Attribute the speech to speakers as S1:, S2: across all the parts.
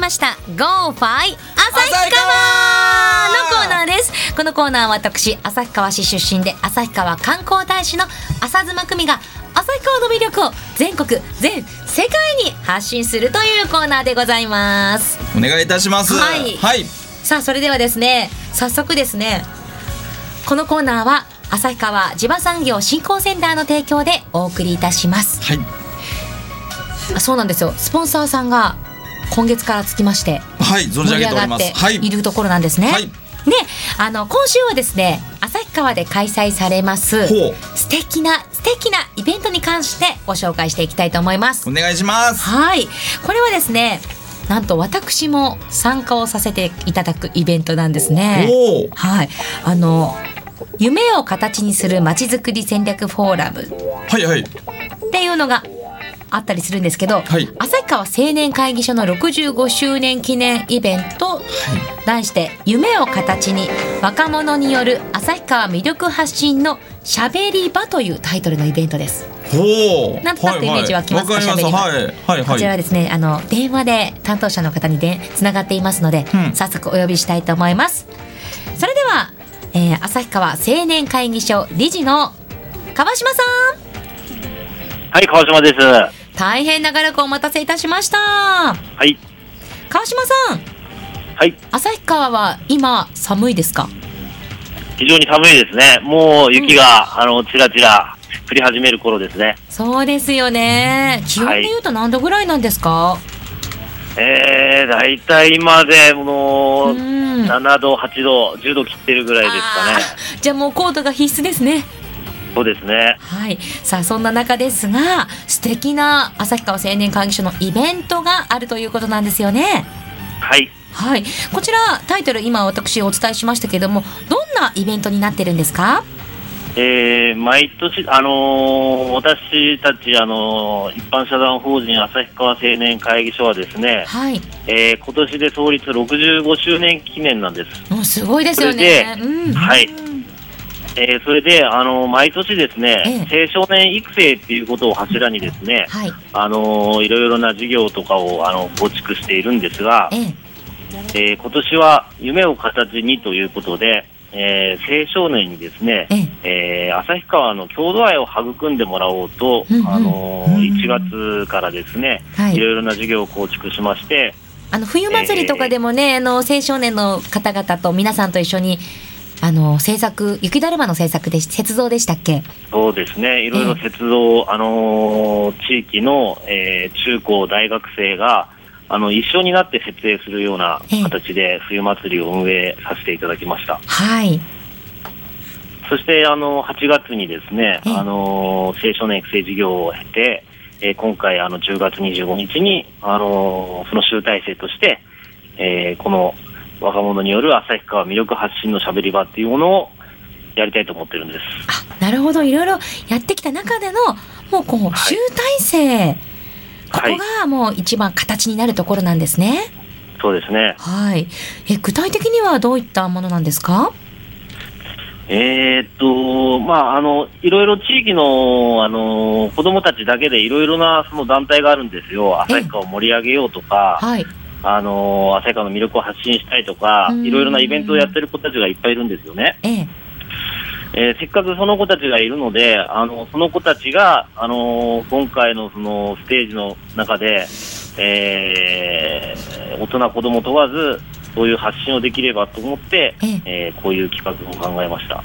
S1: ました Go! ファイ旭
S2: 旭
S1: 川のコ
S2: 川
S1: ーナーですこのコーナーは私旭川市出身で旭川観光大使の浅妻久美が旭川の魅力を全国全世界に発信するというコーナーでございます
S2: お願いいたします
S1: はい
S2: はい、
S1: さあそれではですね早速ですねこのコーナーは旭川地場産業振興センターの提供でお送りいたします
S2: はい
S1: あそうなんですよスポンサーさんが今月からつきまして
S2: はい、存じ
S1: 盛
S2: 上
S1: り
S2: げ
S1: 上
S2: ており
S1: が
S2: ま
S1: っ
S2: す。はい
S1: て、いるところなんですね。
S2: はい
S1: であの今週はですね旭川で開催されます
S2: ほ
S1: 素敵な素敵なイベントに関してご紹介していきたいと思います
S2: お。願いします。
S1: はいこれはですねなんと私も参加をさせていただくイベントなんですね。
S2: おお、
S1: はいあの夢を形にするまちづくり戦略フォーラム
S2: はいはい、
S1: っていうのがあったりするんですけど、
S2: はい
S1: 旭川青年会議所の65周年記念イベント、題して「夢を形に若者による旭川魅力発信のしゃべり場」というタイトルのイベントです。
S2: ほう。
S1: なんとなくイメージ湧きますか
S2: はいは
S1: 喋
S2: い、
S1: り
S2: わ
S1: は
S2: かります。はいはい
S1: こちら
S2: は。
S1: はいですね、あの電話で担当者の方にでつながっていますので、
S2: うん
S1: 早速お呼びしたいと思います。それでは、えー、旭川青年会議所理事の川島さん、
S3: はい、川島です。は
S1: 大変長らくお待たせいたしました。
S3: い。
S1: 川島さん、
S3: はい。
S1: 旭川は今寒いですか？
S3: 非常に寒いですね。もう雪が、あの、ちらちら降り始める頃ですね。
S1: そうですよね。気温で言うと何度ぐらいなんですか？
S3: えー、だいたい今でもう、
S1: うん
S3: 7度、8度、10度切ってるぐらいですかね。
S1: あーじゃあもうコートが必須ですね。
S3: そうですね。
S1: はい。さあそんな中ですが、素敵な旭川青年会議所のイベントがあるということなんですよね。
S3: はい。
S1: はい。こちらタイトル今私お伝えしましたけれども、どんなイベントになってるんですか？
S3: えー、毎年、あのー私たち、あのー一般社団法人旭川青年会議所はですね、
S1: はい。
S3: えー、今年で創立65周年記念なんです。
S1: もうすごいですよね。
S3: そ
S1: うん。
S3: はい。えーそれで、あの毎年ですね、
S1: え
S3: 青少年育成っていうことを柱にですね、
S1: はい。
S3: あのいろいろな事業とかを、あの構築しているんですが
S1: え、え。
S3: えー今年は夢を形にということで、えー青少年にですね
S1: え、え。
S3: えー旭川の郷土愛を育んでもらおうと、
S1: うんうん
S3: あの
S2: うん
S3: 1月からですね、
S1: はい
S3: いろいろな事業を構築しまして、
S1: あの冬祭りとかでもね、あの青少年の方々と皆さんと一緒にあの制作雪だるまの制作でし雪像でしたっけ？
S3: そうですね、いろいろ鉄道、あのー地域の、えー中高大学生が、あの、一緒になって設営するような
S1: ええ
S3: 形で冬祭りを運営させていただきました。
S1: はい。
S3: そして、あの、8月にですね、
S1: ええ
S3: あのー青少年育成事業を経て、えー今回、あの、10月25日に、あのーその集大成として、えーこの若者による旭川魅力発信のしゃべり場っていうものをやりたいと思ってるんです。
S1: あ、なるほど。いろいろやってきた中でのもうこう
S3: はい
S1: 集大成、こ
S3: はい
S1: こがもう一番形になるところなんですね。
S3: そうですね。
S1: はい。え具体的にはどういったものなんですか？
S3: えーっと、まあ、あの、いろいろ地域の、あの、子供たちだけでいろいろなその団体があるんですよ。
S1: ええ
S3: 旭川を盛り上げようとか、
S1: はい。
S3: あの、旭川の魅力を発信したいとか
S1: う、ん
S3: いろいろなイベントをやってる子たちがいっぱいいるんですよね。
S1: ええ。
S3: えーせっかくその子たちがいるので、あの、その子たちが、あの、今回のそのステージの中で、えー大人子供問わず、そういう発信をできればと思って、
S1: ええ
S3: えーこういう企画を考えました。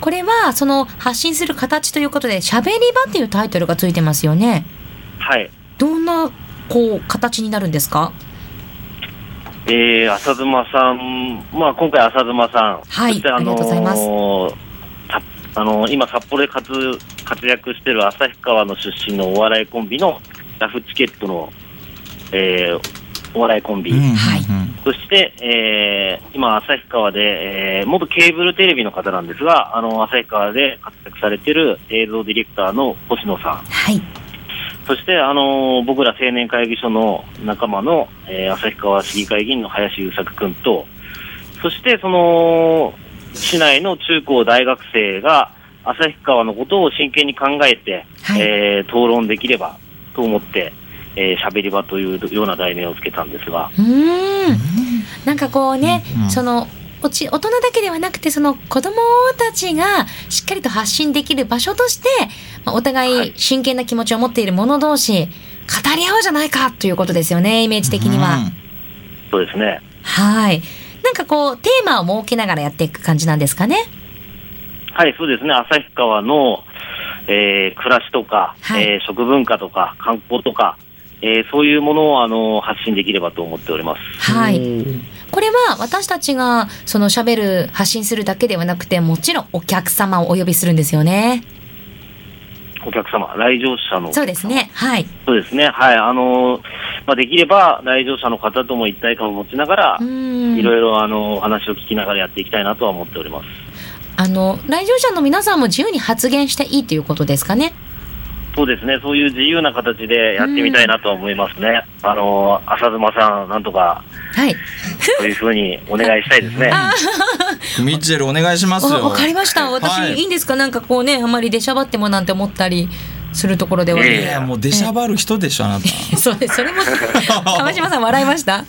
S1: これはその発信する形ということで「しゃべり場」っていうタイトルがついてますよね。
S3: はい。
S1: どんなこう形になるんですか？
S3: えー、浅妻さん、まあ、今回、浅妻さん、
S1: はい
S3: そして
S1: ありがとうございます
S3: たあのー今、札幌で活活躍している旭川の出身のお笑いコンビのラフチケットの、えーお笑いコンビ、
S1: はい
S3: そして、えー今、旭川で、えー元ケーブルテレビの方なんですが、あの旭川で活躍されている映像ディレクターの星野さん、
S1: はい。
S3: そして、あのー僕ら青年会議所の仲間の、えー旭川市議会議員の林優作君と、そして、その、市内の中高大学生が、旭川のことを真剣に考えて、
S1: はい
S3: えー討論できればと思って、えー、しゃべり場というような題名をつけたんですが、
S1: うーんなんかこうね、
S2: うん
S1: そのおち大人だけではなくてその子供たちがしっかりと発信できる場所として、まあお
S3: は
S1: 互い
S3: い
S1: 真剣な気持ちを持っている者同士語り合おうじゃないかということですよねイメージ的には。
S3: そうですね。
S1: はいなんかこうテーマを設けながらやっていく感じなんですかね。
S3: はい、そうですね。旭川の、えー暮らしとか、
S1: はい
S3: えー食文化とか、観光とか、えーそういうものを、あの、発信できればと思っております。
S1: はい、
S2: うん
S1: これは私たちがその喋る発信するだけではなくてもちろんお客様をお呼びするんですよね。
S3: お客様、来場者の。
S1: そうです。ね。はい。
S3: そうですね。はい。あの、まあ、できれば、来場者の方とも一体感を持ちながら
S1: う、ーん
S3: いろいろ、あの、お話を聞きながらやっていきたいなとは思っております。
S1: あの来場者の皆さんも自由に発言していいということですかね。
S3: そうですね。そういう自由な形でやってみたいなとは思いますね。あの、浅妻さん、なん とか、
S1: はい。
S3: そういうふうにお願いしたいです ね。
S2: ミッチェルお願いします
S1: わ
S2: よ。
S1: わかりました。私、
S2: はい
S1: い、いんですかなんかこうね、あんまり出しゃばってもなんて思ったりするところでは。
S3: え
S2: いやもう出しゃばる人でしょあなた。
S1: そうです。それ も、川島さん笑いました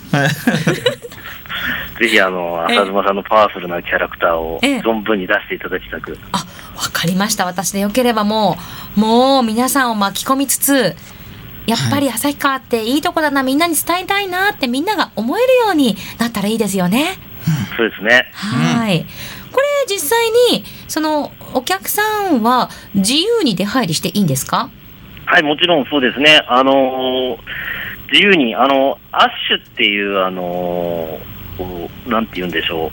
S3: ぜひあの、
S1: ええ
S3: 浅妻さんのパワフルなキャラクターを
S1: ええ
S3: 存分に出していただきたく。
S1: あ、わかりました。私でよければもう、もう皆さんを巻き込みつつ、やっぱり旭川っていいとこだな、みんなに伝えたいなってみんなが思えるようになったらいいですよね。
S3: そうですね。
S1: はい。これ実際に、その、お客さんは自由に出入りしていいんですか
S3: はい、もちろんそうですね。あのー自由に、あの、アッシュっていう、あのーこうなんて言うんでしょ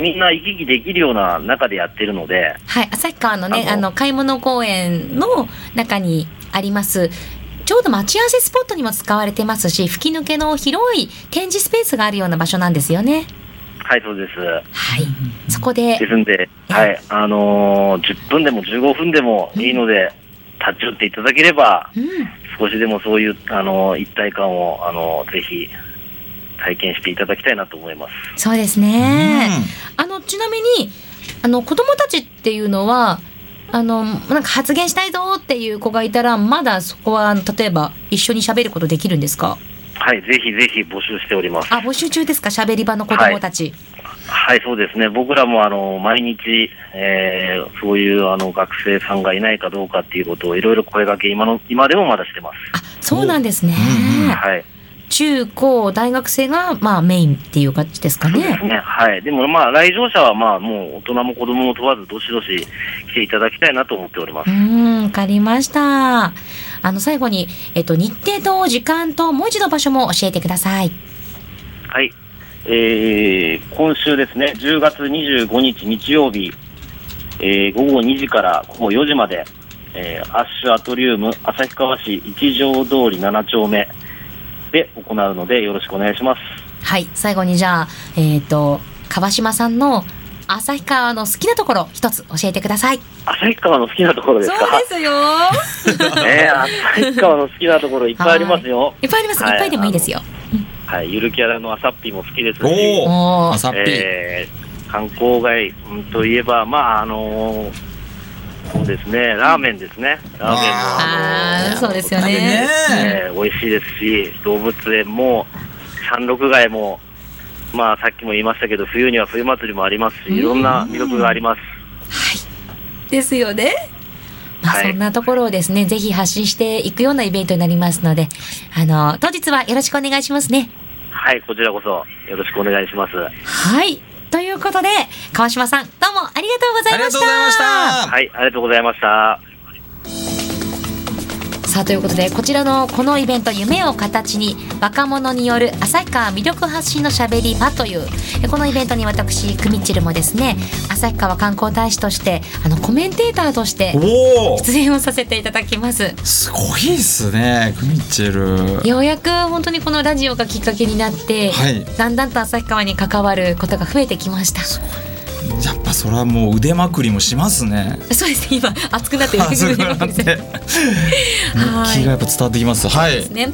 S3: う。みんな行き来できるような中でやってるので、
S1: はい。旭川のね、あの、
S3: あの
S1: 買い物公園の中にあります、ちょうど待ち合わせスポットにも使われてますし、吹き抜けの広い展示スペースがあるような場所なんですよね。
S3: はい、そうです。
S1: はい。そこで
S3: で、すんで、はい、あのー10分でも15分でもいいので、立ち寄っていただければ、
S1: うん。
S3: 少しでもそういう、あのー一体感を、あのーぜひ、体験していただきたいなと思います。
S1: そうですね。あの、ちなみに、あの、子供たちっていうのは、あの、なんか発言したいぞっていう子がいたら、まだそこは、あの例えば一緒に喋ることできるんですか
S3: はい、ぜひぜひ募集しております。
S1: あ、募集中ですか喋り場の子供たち。
S3: はい、そうですね。僕らもあの毎日、えーそういうあの学生さんがいないかどうかっていうことをいろいろ声掛け今の今でもまだしてます。
S1: あ、そうなんですね。
S2: おうん
S3: はい、
S1: 中高大学生が、まあ、メインっていう感じですか
S3: そうです
S1: ね。
S3: ね。はい。でもまあ来場者はまあもう大人も子供も問わずどしどし来ていただきたいなと思っておりま
S1: う
S3: す。
S1: ーん、わかりました。あの、最後に、えっと、日程と時間と、もう一度場所も教えてください。
S3: はい。えー今週ですね、10月25日日曜日、えー午後2時から午後4時まで、えーアッシュアトリウム旭川市一条通り7丁目で行うのでよろしくお願いします。
S1: はい、最後にじゃあ、えっ、と、川島さんの旭川の好きなところ、一つ教えてください。
S3: 旭川の好きなところですか
S1: すよ。
S3: ねえ旭川の好きなところいっぱいありますよ。
S1: いっぱいあります。い
S3: はい
S1: っぱいでもいいですよ。
S3: はい、ゆるキャラのあさっぴも好きですし、
S2: おー
S1: も
S2: あさっぴ。
S3: えー観光街うんといえば、まあ、あのーそうですね、ラーメンですね。ラーメンの、
S1: あ
S3: あ
S1: ー
S3: のー
S1: そうですよね
S3: えー美味しいですし、動物園も、山麓街も、まあ、さっきも言いましたけど、冬には冬祭りもありますし、いろんな魅力があります。
S1: う、はい。ですよね。まあ、
S3: はい
S1: そんなところをですね、ぜひ発信していくようなイベントになりますので、あの、当日はよろしくお願いしますね。
S3: はい、こちらこそ、よろしくお願いします。は
S1: はい。ということで、川島さん、どうもありがとうござ
S2: あ
S1: い
S2: り
S1: ま
S2: が
S1: した。
S2: とうございました。
S3: い、ありがとうございました。
S1: さあということでこちらのこのイベント「夢を形に若者による旭川魅力発信のしゃべり場」というえこのイベントに私くみちるもですね旭川観光大使としてあのコメンテーターとして
S2: おお。
S1: 出演をさせていただきます
S2: すごいっすね、クミッチェル。
S1: ようやく本当にこのラジオがきっかけになって、
S2: はい
S1: だんだんと旭川に関わることが増えてきましたそ
S2: やっぱそれはもう腕まくりもしますね。
S1: うですね今熱くなって腕
S2: あそ
S1: 組
S2: れ
S1: み
S2: なんて。熱
S1: はい
S2: 気がやっぱ伝わってきます。はい。
S1: ね。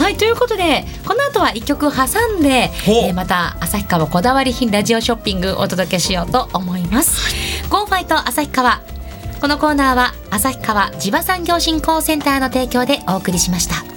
S1: はいということでこの後は一曲挟んで、
S2: ほう
S1: えーまた旭川こだわり品ラジオショッピングお届けしようと思います。ゴンファイト旭川このコーナーは旭川地場産業振興センターの提供でお送りしました。